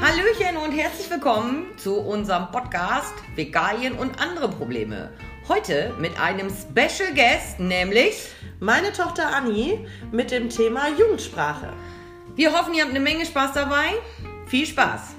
Hallöchen und herzlich willkommen zu unserem Podcast Vegalien und andere Probleme. Heute mit einem Special Guest, nämlich Meine Tochter Anni mit dem Thema Jugendsprache. wir hoffen, ihr habt eine Menge Spaß dabei. Viel Spaß!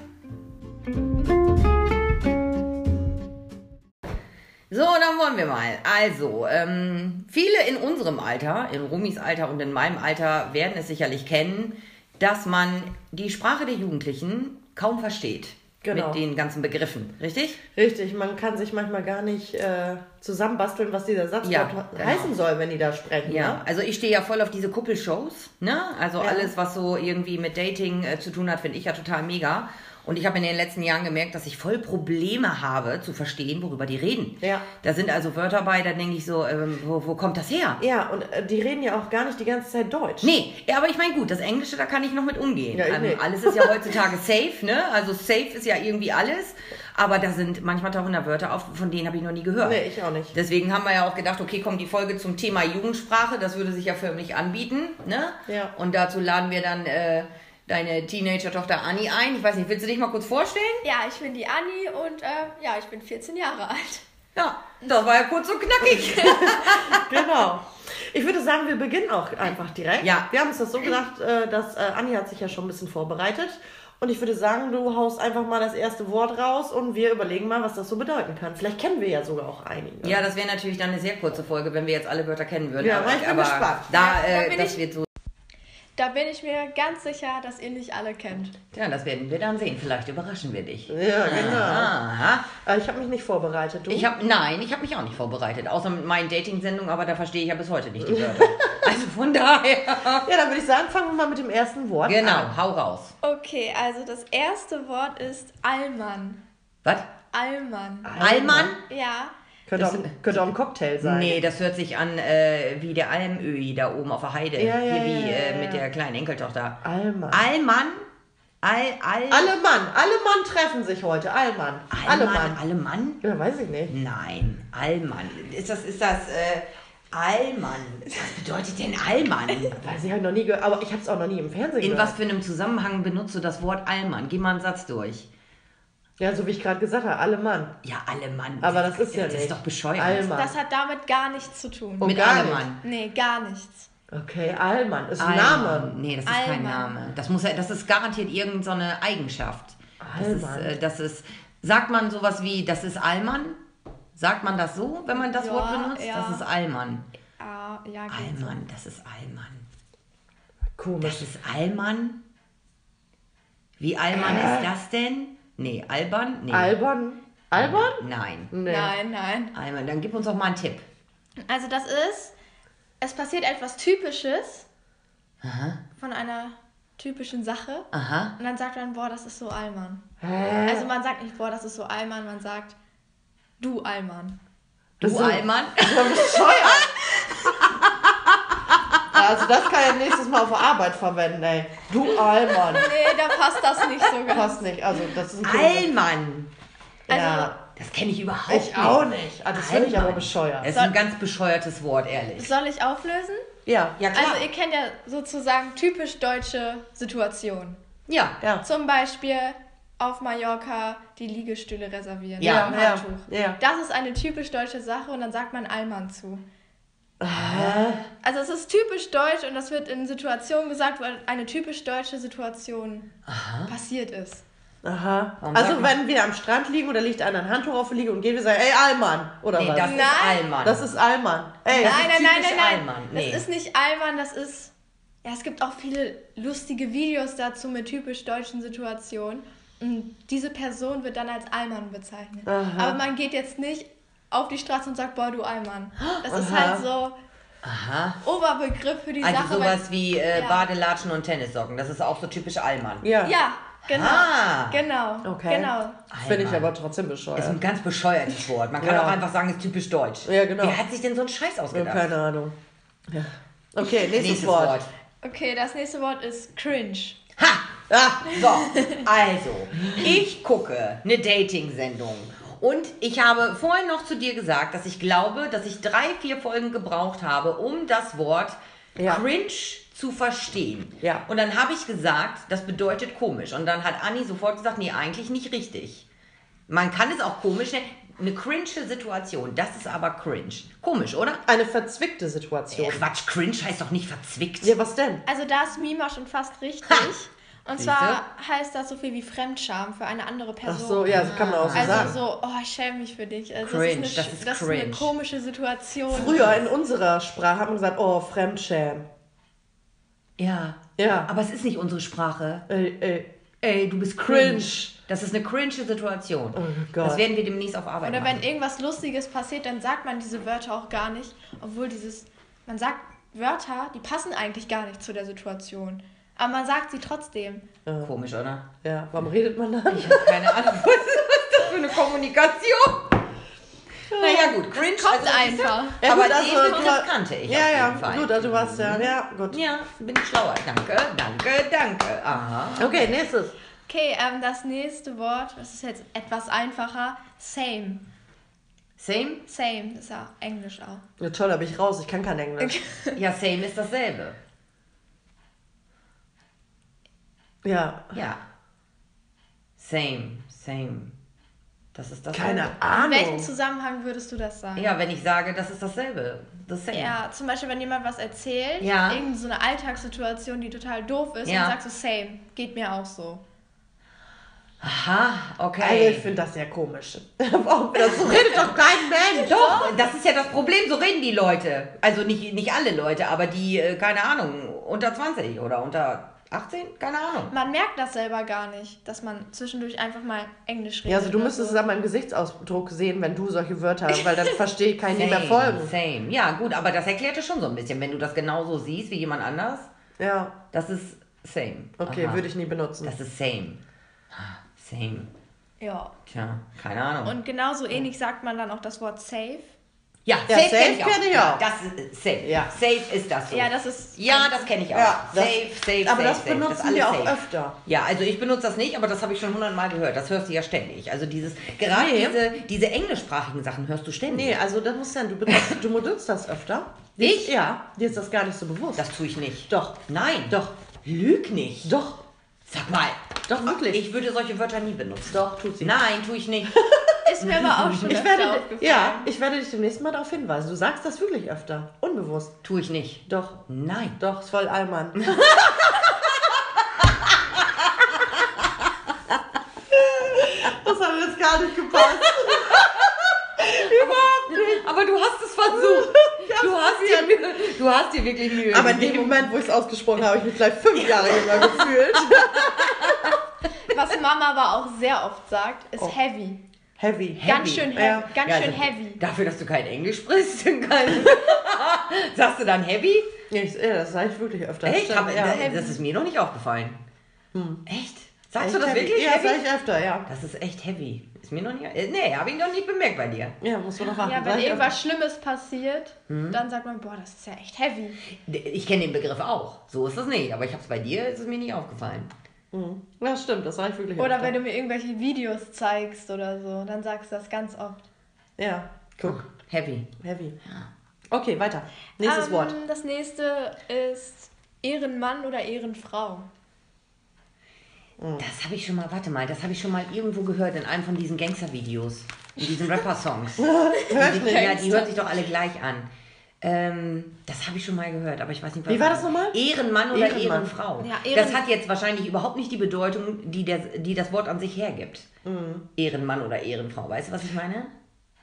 So, dann wollen wir mal. Also, ähm, viele in unserem Alter, in Rumis Alter und in meinem Alter werden es sicherlich kennen, dass man die Sprache der Jugendlichen kaum versteht. Genau. Mit den ganzen Begriffen, richtig? Richtig, man kann sich manchmal gar nicht äh, zusammenbasteln, was dieser Satz Ja, überhaupt genau. heißen soll, wenn die da sprechen. Ja, Ne? also ich stehe ja voll auf diese Kuppelshows, ne? Also Ja. alles, was so irgendwie mit Dating äh, zu tun hat, finde ich ja total mega. Und ich habe in den letzten Jahren gemerkt, dass ich voll Probleme habe zu verstehen, worüber die reden. Ja. Da sind also Wörter bei, da denke ich so, ähm, wo, wo kommt das her? Ja, und äh, die reden ja auch gar nicht die ganze Zeit Deutsch. Nee, ja, aber ich meine, gut, das Englische, da kann ich noch mit umgehen. Ja, ich ähm, nicht. alles ist ja heutzutage safe, ne? Also safe ist ja irgendwie alles. Aber da sind manchmal tauchen da Wörter auf, von denen habe ich noch nie gehört. Nee, ich auch nicht. Deswegen haben wir ja auch gedacht, okay, komm, die Folge zum Thema Jugendsprache, das würde sich ja förmlich anbieten. Ne? Ja. Und dazu laden wir dann äh, deine Teenager-Tochter Anni ein. Ich weiß nicht, willst du dich mal kurz vorstellen? Ja, ich bin die Anni und äh, ja, ich bin 14 Jahre alt. Ja, das war ja kurz und knackig. Genau. Ich würde sagen, wir beginnen auch einfach direkt. Ja. Wir haben uns das so gedacht, äh, dass äh, Anni hat sich ja schon ein bisschen vorbereitet. Und ich würde sagen, du haust einfach mal das erste Wort raus und wir überlegen mal, was das so bedeuten kann. Vielleicht kennen wir ja sogar auch einige. ja, das wäre natürlich dann eine sehr kurze Folge, wenn wir jetzt alle Wörter kennen würden. Ja, aber ich bin gespannt. Da, Ja, äh, da bin das ich- wird so. Da bin ich mir ganz sicher, dass ihr nicht alle kennt. Ja, das werden wir dann sehen. Vielleicht überraschen wir dich. Ja, genau. Aha. Äh, ich habe mich nicht vorbereitet. Du? Ich habe nein, ich habe mich auch nicht vorbereitet, außer mit meinen Dating-Sendungen, aber da verstehe ich ja bis heute nicht die Wörter. also von daher. ja, dann würde ich sagen, fangen wir mal mit dem ersten Wort an. Genau, hau raus. Okay, also das erste Wort ist Allmann. Was? Allmann. Allmann? Ja, Könnte, Das- auch, könnte auch ein Cocktail sein. Nee, das hört sich an äh, wie der Almöhi da oben auf der Heide. Ja, ja, Hier wie ja, äh, ja, mit ja. der kleinen Enkeltochter. Allmann. Allmann? All, all, alle Mann, alle Mann treffen sich heute. Allmann. Alle Mann. Allemann? Ja, weiß ich nicht. Nein, Allmann. Ist das, ist das, äh, Allmann? Was bedeutet denn Allmann? Weiß ich, habe noch nie gehört. Aber ich habe es auch noch nie im Fernsehen In gehört. was für einem Zusammenhang benutzt du das Wort Allmann? Geh mal einen Satz durch. Ja, so wie ich gerade gesagt habe, alle Mann. Ja, Allemann. Aber das ist ja Das nicht. ist doch bescheuert. Allmann. das hat damit gar nichts zu tun. Oh. Mit gar Allemann. Nee, gar nichts. Okay, Allmann ist ein Alman. Name. Nee, das ist kein Alman. Name. Das, muss, ja- das ist garantiert irgendeine so eine Eigenschaft. Das ist, Alman. äh, das ist, sagt man sowas wie, das ist Allmann? Sagt man das so, wenn man das Ja, Wort benutzt? ja. Das ist Allmann. Ah, ja, geht so. Allmann, das ist Allmann. Komisch. Das ist Allmann? Wie Allmann ist das denn? Nee, Alban? Nee. Albern. Albern? Nein. Nee. Nein, nein. Allmann, dann gib uns doch mal einen Tipp. Also das ist, es passiert etwas Typisches Aha, von einer typischen Sache. aha. Und dann sagt man, boah, das ist so Allmann. Hä? Also man sagt nicht, boah, das ist so Allmann, man sagt, du Allmann. Du Das ist- Allmann? Ja, bescheuert. also das kann ich nächstes Mal auf der Arbeit verwenden, ey. Du Allmann. Nee, da passt das nicht so ganz. Passt nicht. Also das ist ein komisches- Allmann. Also- ja. Das kenne ich überhaupt Ich auch nicht. Also das finde ich aber Allmann. bescheuert. Das ist ein ganz bescheuertes Wort, ehrlich. Also, Soll ich auflösen? ja, ja. klar. Also ihr kennt ja sozusagen typisch deutsche Situationen. ja. Ja. Zum Beispiel auf Mallorca die Liegestühle reservieren. Ja, mit dem ja, Handtuch. ja. Das ist eine typisch deutsche Sache und dann sagt man Allmann zu. Also es ist typisch deutsch und das wird in Situationen gesagt, wo eine typisch deutsche Situation passiert ist. Aha. Warum also sagt man- wenn wir am Strand liegen oder liegt einer ein Handtuch auf der Liege und gehen wir sagen, ey Allmann oder Nee, was? das ist Nein. Allmann. das ist Allmann. Ey, Das ist nein, nein, nein, typisch nein, nein. Allmann. Nee. Das ist nicht Allmann, das ist. Ja, es gibt auch viele lustige Videos dazu mit typisch deutschen Situationen. Und diese Person wird dann als Allmann bezeichnet. Aha. Aber man geht jetzt nicht auf die Straße und sagt, boah, du Allmann. Das ist Aha. halt so Aha. Oberbegriff für die Also Sache. weil- sowas wie äh, Ja. Badelatschen und Tennissocken. Das ist auch so typisch Allmann. ja. Ja, genau. Ah. Genau. Okay. Genau. Finde ich Allmann. aber trotzdem Das ist bescheuert. ein ganz bescheuertes Wort. Man kann Ja. auch einfach sagen, es ist typisch deutsch. Ja, genau. Wer hat sich denn so einen Scheiß Ja, ausgedacht? keine Ahnung. Ja. Okay, nächstes, Wort. Okay, das nächste Wort ist cringe. Ha! Ah, so, also, ich gucke eine Dating-Sendung. Und ich habe vorhin noch zu dir gesagt, dass ich glaube, dass ich drei, vier Folgen gebraucht habe, um das Wort Ja. cringe zu verstehen. Ja. Und dann habe ich gesagt, das bedeutet komisch. Und dann hat Anni sofort gesagt, nee, eigentlich nicht richtig. Man kann es auch komisch nennen. Eine cringe Situation, das ist aber cringe. Komisch, oder? Eine verzwickte Situation. Quatsch, cringe heißt doch nicht verzwickt. Ja, was denn? Also da ist Mima schon fast richtig. Und Siehste? zwar heißt das so viel wie Fremdscham für eine andere Ach Person. so, ja, das kann man auch so sagen. Also so, oh, ich schäme mich für dich. Also Cringe, das ist eine, das ist das ist eine cringe. komische Situation. Früher in unserer Sprache hat man gesagt, oh, Fremdschämen. Ja. Ja. Aber es ist nicht unsere Sprache. Ey, ey. Ey, du bist Cringe. cringe. Das ist eine cringe Situation. Oh Gott. Das werden wir demnächst auf Arbeit Oder machen. wenn irgendwas Lustiges passiert, dann sagt man diese Wörter auch gar nicht. Obwohl dieses, man sagt Wörter, die passen eigentlich gar nicht zu der Situation. Aber man sagt sie trotzdem. Äh, Komisch, oder? Ja, warum redet man dann? Ich habe keine Ahnung, was ist das für eine Kommunikation? Naja, gut, cringe. Kommt also, einfach. Ja, aber gut, also, den Begriff du war- kannte ich Ja, auf ja, jeden Fall. gut, also du warst ja, ja, gut. Ja, bin ich schlauer. Danke, danke, danke. Aha. Okay, nächstes. Okay, ähm, das nächste Wort, das ist jetzt etwas einfacher. Same. Same? Same, das ist ja Englisch auch. Ja, toll, da bin ich raus, ich kann kein Englisch. Ja, same ist dasselbe. Ja, Ja. Same, same. Das ist dasselbe. keine In welchem Ahnung. Zusammenhang würdest du das sagen? Ja, wenn ich sage, das ist dasselbe. The same. Ja, zum Beispiel, wenn jemand was erzählt, Ja. irgendeine so eine Alltagssituation, die total doof ist, Ja. und sagst du, same, geht mir auch so. Aha, okay. Also, ich finde das sehr komisch. Warum das so redet doch kein Mensch. Doch, das ist ja das Problem, so reden die Leute. Also nicht, nicht alle Leute, aber die, äh, keine Ahnung, unter 20 oder unter 18, keine Ahnung. Man merkt das selber gar nicht, dass man zwischendurch einfach mal Englisch redet. Ja, also du oder müsstest so. es an meinem Gesichtsausdruck sehen, wenn du solche Wörter, weil dann verstehe kann ich nicht Same, mehr folgen. Same. Ja, gut, aber das erklärte schon so ein bisschen, wenn du das genauso siehst wie jemand anders. Ja, Das ist same. okay, würde ich nie benutzen. Das ist same. Same. Ja. Tja, keine Ahnung. Und genauso ähnlich sagt man dann auch das Wort safe. ja, Ja, safe, safe kenn ich auch. kenn ich Ja, auch. Das ist äh, safe. Ja. Safe ist das so. Ja, das ist. Ja, das kenne ich auch. Ja, das- safe, safe, aber safe. das safe. benutzen alles wir auch safe. öfter. Ja, also ich benutze das nicht, aber das habe ich schon hundertmal gehört. Das hörst du ja ständig. Also dieses, gerade Nee. diese, diese englischsprachigen Sachen hörst du ständig. Nee, also das muss sein, du benutzt, du benutzt das öfter. Ich? Ja, dir ist das gar nicht so bewusst. Das tue ich nicht. Doch. Nein. Doch. Lüg nicht. Doch, Sag mal. doch, wirklich. Ich würde solche Wörter nie benutzen. Doch, tut sie. Nein, tue ich nicht. Ist mir aber auch schon ich öfter werde, aufgefallen. ja, ich werde dich demnächst mal darauf hinweisen. Du sagst das wirklich öfter. Unbewusst. tue ich nicht. Doch, Nein. doch, ist voll Allmann. das hat mir jetzt gar nicht gepasst. Aber du hast es versucht. Du hast, dir, Mühe- du hast dir wirklich Mühe Aber in dem gegeben. Moment, wo ich es ausgesprochen habe, habe ich mich gleich fünf Jahre jünger gefühlt. Was Mama aber auch sehr oft sagt, ist Oh. heavy. Heavy. Ganz schön heavy. Ja. Ganz Ja, schön also heavy. Dafür, dass du kein Englisch sprichst. kein- Sagst du dann heavy? Ja, ich, ja, das sage ich wirklich öfter. Echt? Stimmt, Hab, ja. Hm. äh, Das ist mir noch nicht aufgefallen. Echt? Sagst Echt du das heavy. wirklich? Ja, heavy? sage ich öfter, ja. Das ist echt heavy. Ist mir noch nicht. äh, Nee, habe ich noch nicht bemerkt bei dir. Ja, muss man noch achten. Ja, sag wenn ich also. Hm. öfter. irgendwas Schlimmes passiert, dann sagt man, boah, das ist ja echt heavy. D- Ich kenne den Begriff auch. So ist das nicht. Aber ich habe es bei dir, ist es mir nicht aufgefallen. ja, stimmt, das sage ich wirklich Oder öfter. wenn du mir irgendwelche Videos zeigst oder so, dann sagst du das ganz oft. Ja, guck. Heavy. Heavy. Okay, weiter. Nächstes Ähm, Wort. Das nächste ist Ehrenmann oder Ehrenfrau. Das habe ich schon mal, warte mal, das habe ich schon mal irgendwo gehört in einem von diesen Gangster-Videos. In diesen Rapper-Songs. Hör ich Die- nicht. ja, die hören sich doch alle gleich an. Ähm, das habe ich schon mal gehört, aber ich weiß nicht, was Wie war das nochmal? Ehrenmann oder Ehrenmann. Ehrenfrau. Ja, Ehren- das hat jetzt wahrscheinlich überhaupt nicht die Bedeutung, die, der, die das Wort an sich hergibt. Mhm. Ehrenmann oder Ehrenfrau. Weißt du, was ich meine?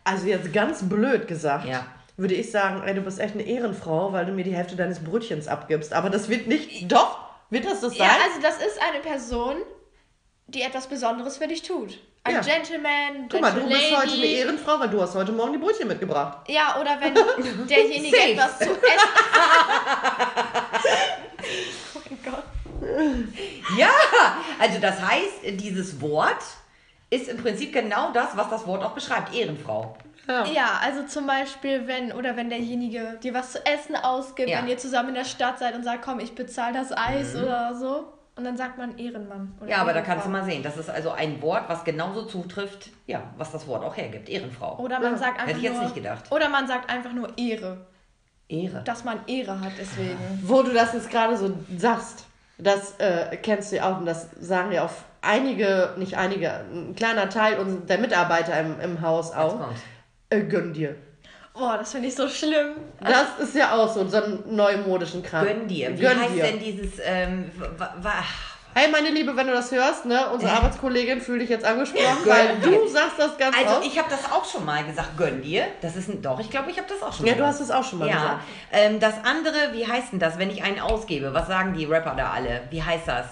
Also jetzt ganz blöd gesagt. Ja. Würde ich sagen, ey, du bist echt eine Ehrenfrau, weil du mir die Hälfte deines Brötchens abgibst. Aber das wird nicht. Doch, wird das das sein? Ja, also das ist eine Person, die etwas Besonderes für dich tut. Ein Ja. Gentleman, Guck mal, du Gentlelady. bist heute eine Ehrenfrau, weil du hast heute Morgen die Brötchen mitgebracht. Ja, oder wenn derjenige Safe. etwas zu essen. oh mein Gott. Ja! Also das heißt, dieses Wort ist im Prinzip genau das, was das Wort auch beschreibt. Ehrenfrau. Ja, also zum Beispiel, wenn, oder wenn derjenige dir was zu essen ausgibt, Ja. wenn ihr zusammen in der Stadt seid und sagt, komm, ich bezahle das Eis oder so. Und dann sagt man Ehrenmann. Oder Ja, aber da kannst du Ehrenfrau. mal sehen. Das ist also ein Wort, was genauso zutrifft, ja, was das Wort auch hergibt. Ehrenfrau. Oder man sagt Hätte einfach ich jetzt nur, nicht gedacht. Oder man sagt einfach nur Ehre. Ehre. dass man Ehre hat deswegen. Wo du das jetzt gerade so sagst, das äh, kennst du ja auch und das sagen ja auch einige, nicht einige, ein kleiner Teil uns, der Mitarbeiter im, im Haus auch. kommt's. Äh, gönn dir. Boah, Oh, das finde ich so schlimm. Das ist ja auch so, so einen neumodischen Kram. Gönn dir. Wie Gönn heißt dir. denn dieses. Ähm, wa- wa- Hey, meine Liebe, wenn du das hörst, ne, unsere Arbeitskollegin fühlt dich jetzt angesprochen, weil Gönn dir. du sagst das ganz also, oft. ich habe das auch schon mal gesagt. Gönn dir. Das ist ein. Doch, ich glaube, ich habe das auch schon ja, mal du hast gesagt. es auch schon mal Ja, gesagt. ähm, das andere, wie heißt denn das, wenn ich einen ausgebe? Was sagen die Rapper da alle? Wie heißt das?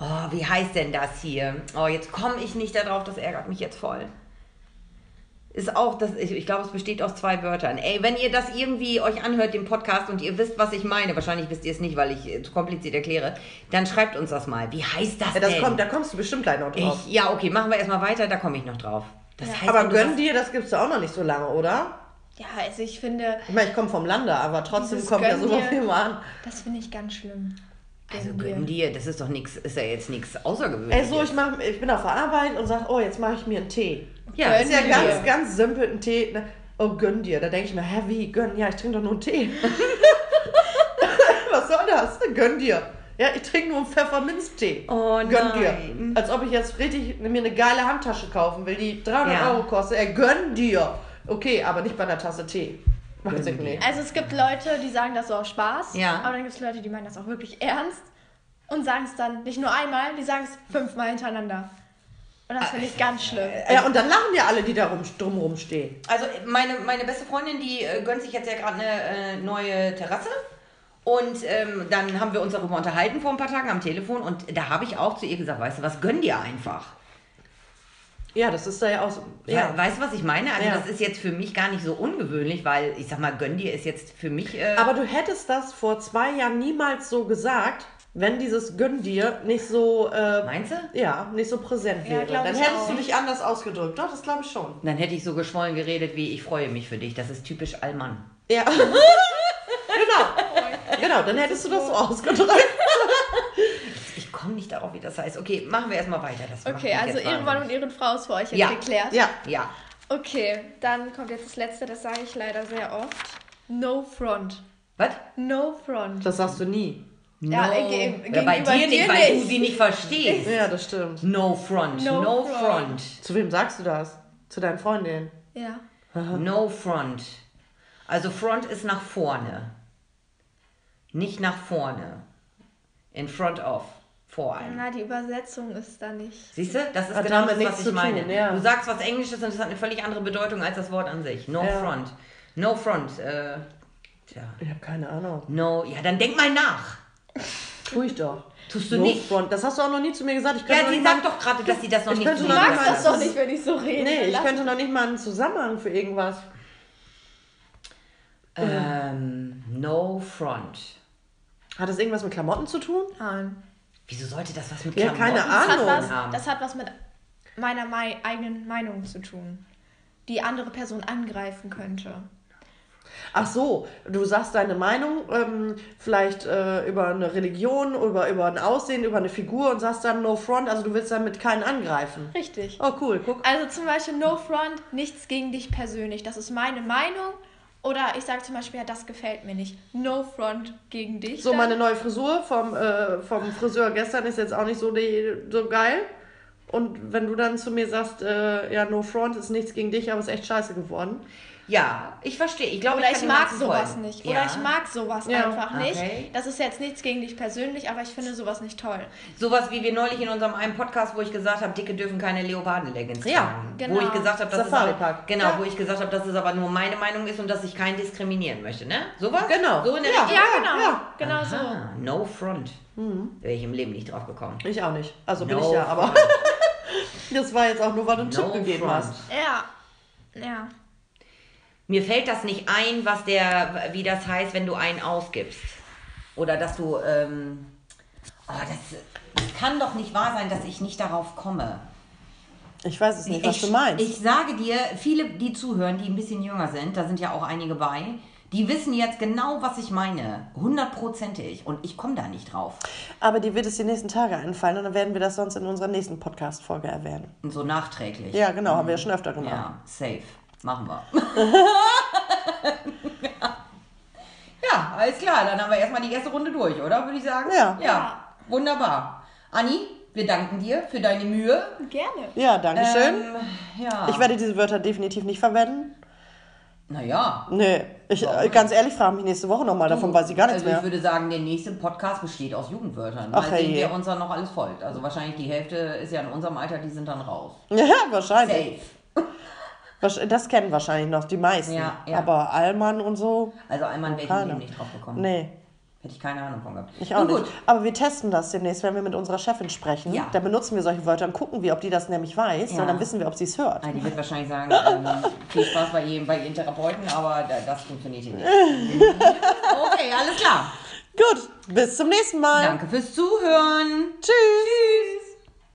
Oh, wie heißt denn das hier? Oh, jetzt komme ich nicht darauf, das ärgert mich jetzt voll. Ist auch, das, ich, ich glaube, es besteht aus zwei Wörtern. Ey, wenn ihr das irgendwie euch anhört, den Podcast, und ihr wisst, was ich meine, wahrscheinlich wisst ihr es nicht, weil ich äh, zu kompliziert erkläre, dann schreibt uns das mal. Wie heißt das Ja, das denn? kommt, da kommst du bestimmt gleich noch drauf. ich, ja, okay, machen wir erstmal weiter, da komme ich noch drauf. Das heißt, aber wenn du gönn das- dir, das gibt's ja auch noch nicht so lange, oder? Ja, also ich finde, Ich meine, ich komme vom Lande, aber trotzdem Dieses kommt ja gönn sowas dir. immer an. das finde ich ganz schlimm. Also dir. gönn dir, das ist doch nichts, ist ja jetzt nichts Ey, Außergewöhnliches. so, ich, mach, ich bin auf der Arbeit und sag, oh, jetzt mache ich mir einen Tee. Ja, Gönn Ist ja dir. ganz, ganz simpel, ein Tee. Ne? Oh, gönn dir. Da denke ich mir, hä, wie, gönn? Ja, ich trinke doch nur einen Tee. Was soll das? Gönn dir. Ja, ich trinke nur einen Pfefferminztee. Oh, gönn nein. dir. Als ob ich jetzt richtig mir eine geile Handtasche kaufen will, die 300 Ja. Euro kostet. Ey, gönn dir. Okay, aber nicht bei einer Tasse Tee. Macht Gönn sich dir. nicht. Also es gibt Leute, die sagen das so aus Spaß, Ja. aber dann gibt es Leute, die meinen das auch wirklich ernst und sagen es dann nicht nur einmal, die sagen es fünfmal hintereinander. Und das finde ich Äh, ganz schlimm. Ja, und dann lachen ja alle, die da rum, drumrum stehen. Also meine, meine beste Freundin, die äh, gönnt sich jetzt ja gerade eine äh, neue Terrasse. Und ähm, dann haben wir uns darüber unterhalten vor ein paar Tagen am Telefon und da habe ich auch zu ihr gesagt, weißt du was, gönn dir einfach. Ja, das ist da ja auch so. Ja. Weißt du, was ich meine? Also Ja. das ist jetzt für mich gar nicht so ungewöhnlich, weil ich sag mal, gönn dir ist jetzt für mich... Äh, Aber du hättest das vor zwei Jahren niemals so gesagt, wenn dieses Gönn dir nicht so, äh, meinst du? ja, nicht so präsent Ja, wäre. glaub Dann ich hättest auch. du dich anders ausgedrückt. Doch, das glaube ich schon. Dann hätte ich so geschwollen geredet wie, ich freue mich für dich. Das ist typisch Allmann. Ja. genau. Genau, dann hättest du das so ausgedrückt. Ich komme nicht darauf, wie das heißt. Okay, machen wir erstmal weiter. Das macht Okay, mich also jetzt Ehrenmann und wahnsinnig. Ehrenfrau ist für euch jetzt Ja. geklärt. Ja. Ja, Okay, dann kommt jetzt das letzte, das sage ich leider sehr oft. No front. was? No front. Das sagst du nie. Ja, äh, ge- Ja, bei gegenüber dir dir nicht, weil du nicht. sie nicht verstehst. Ja, das stimmt. No front, no, No front. front. Zu wem sagst du das? Zu deinen Freundinnen. ja. no front. Also front ist nach vorne. Nicht nach vorne. In front of. Vor allem. Na, die Übersetzung ist da nicht. Siehst du, das ist Hat genau damit das, nichts was zu ich tun, meine. ja. Du sagst was Englisches und es hat eine völlig andere Bedeutung als das Wort an sich. No Ja. front. No front. Äh, tja. Ich habe keine Ahnung. No, ja, dann denk mal nach. Tu ich doch. Tust du No nicht. Front. Das hast du auch noch nie zu mir gesagt. Ich könnte Ja, noch sie nicht mal- sagt doch gerade, dass sie das noch Ich nicht könnte zu Du mir noch magst gesagt das doch hat. nicht, wenn ich so rede. Nee, ich Lass- könnte noch nicht mal einen Zusammenhang für irgendwas. Ähm, no front. Hat das irgendwas mit Klamotten zu tun? Nein. Wieso sollte das was mit Ja, Klamotten keine Das hat, Ahnung. haben. was, das hat was mit meiner mei eigenen Meinung zu tun, die andere Person angreifen könnte. Ach so, du sagst deine Meinung ähm, vielleicht äh, über eine Religion, über, über ein Aussehen, über eine Figur und sagst dann No Front, also du willst damit keinen angreifen. Richtig. Oh cool, guck. Also zum Beispiel No Front, nichts gegen dich persönlich. Das ist meine Meinung. Oder ich sage zum Beispiel, ja, das gefällt mir nicht. No Front gegen dich. So, dann. meine neue Frisur vom, äh, vom Friseur gestern ist jetzt auch nicht so, die, so geil. Und wenn du dann zu mir sagst, äh, ja, No Front ist nichts gegen dich, aber ist echt scheiße geworden. Ja, ich verstehe. Ich glaube, Oder kann ich dem mag Ganzen sowas folgen. nicht. Ja. Oder ich mag sowas Ja, einfach okay. nicht. Das ist jetzt nichts gegen dich persönlich, aber ich finde sowas nicht toll. Sowas wie wir neulich in unserem einen Podcast, wo ich gesagt habe, Dicke dürfen keine Leoparden-Leggings Ja, tragen. Wo genau. ich gesagt habe, das ist Safari aber, Park. genau, Ja. wo ich gesagt habe, dass es aber nur meine Meinung ist und dass ich keinen diskriminieren möchte, ne? Sowas? Genau. So in der Ja. Richtung? Ja, genau. ja. Genau so. Ah, no front. Wäre ich im Leben nicht drauf gekommen. Ich auch nicht. Also bin no ich ja, aber front. das war jetzt auch nur, weil du einen No Tipp gegeben front. hast. Ja. Ja. Mir fällt das nicht ein, was der, wie das heißt, wenn du einen ausgibst. Oder dass du, ähm, oh, das, das kann doch nicht wahr sein, dass ich nicht darauf komme. Ich weiß es nicht, was ich, du meinst. Ich sage dir, viele, die zuhören, die ein bisschen jünger sind, da sind ja auch einige bei, die wissen jetzt genau, was ich meine. Hundertprozentig. Und ich komme da nicht drauf. Aber die wird es die nächsten Tage einfallen und dann werden wir das sonst in unserer nächsten Podcast-Folge erwähnen. Und so nachträglich. Ja, genau, haben wir Mhm. ja schon öfter gemacht. Ja, safe. Machen wir. Ja, alles klar. Dann haben wir erstmal die erste Runde durch, oder? Würde ich sagen. Ja. Ja. Wunderbar. Anni, wir danken dir für deine Mühe. Gerne. Ja, danke schön. Ähm, ja. Ich werde diese Wörter definitiv nicht verwenden. Naja. Nee, ich, äh, ganz ehrlich, frage mich nächste Woche nochmal. Davon weiß ich gar nichts also mehr. Ich würde sagen, der nächste Podcast besteht aus Jugendwörtern. Mal Ach, sehen, herrje. wer uns dann noch alles folgt. Also wahrscheinlich die Hälfte ist ja in unserem Alter, die sind dann raus. Ja, wahrscheinlich. Safe. Wahrsch- Das kennen wahrscheinlich noch die meisten. Ja, ja. Aber Allmann und so, Also einmal wäre ich im Keine. Leben nicht drauf gekommen. nee, Hätte ich keine Ahnung von gehabt. ich auch Nun nicht. Aber wir testen das demnächst, wenn wir mit unserer Chefin sprechen. Ja. Dann benutzen wir solche Wörter und gucken wir, ob die das nämlich weiß. Ja. Und dann wissen wir, ob sie es hört. Ah, die wird wahrscheinlich sagen, ähm, viel Spaß bei ihrem, bei ihren Therapeuten, aber da, das funktioniert hier nicht. okay, alles klar. Gut, bis zum nächsten Mal. Danke fürs Zuhören. Tschüss.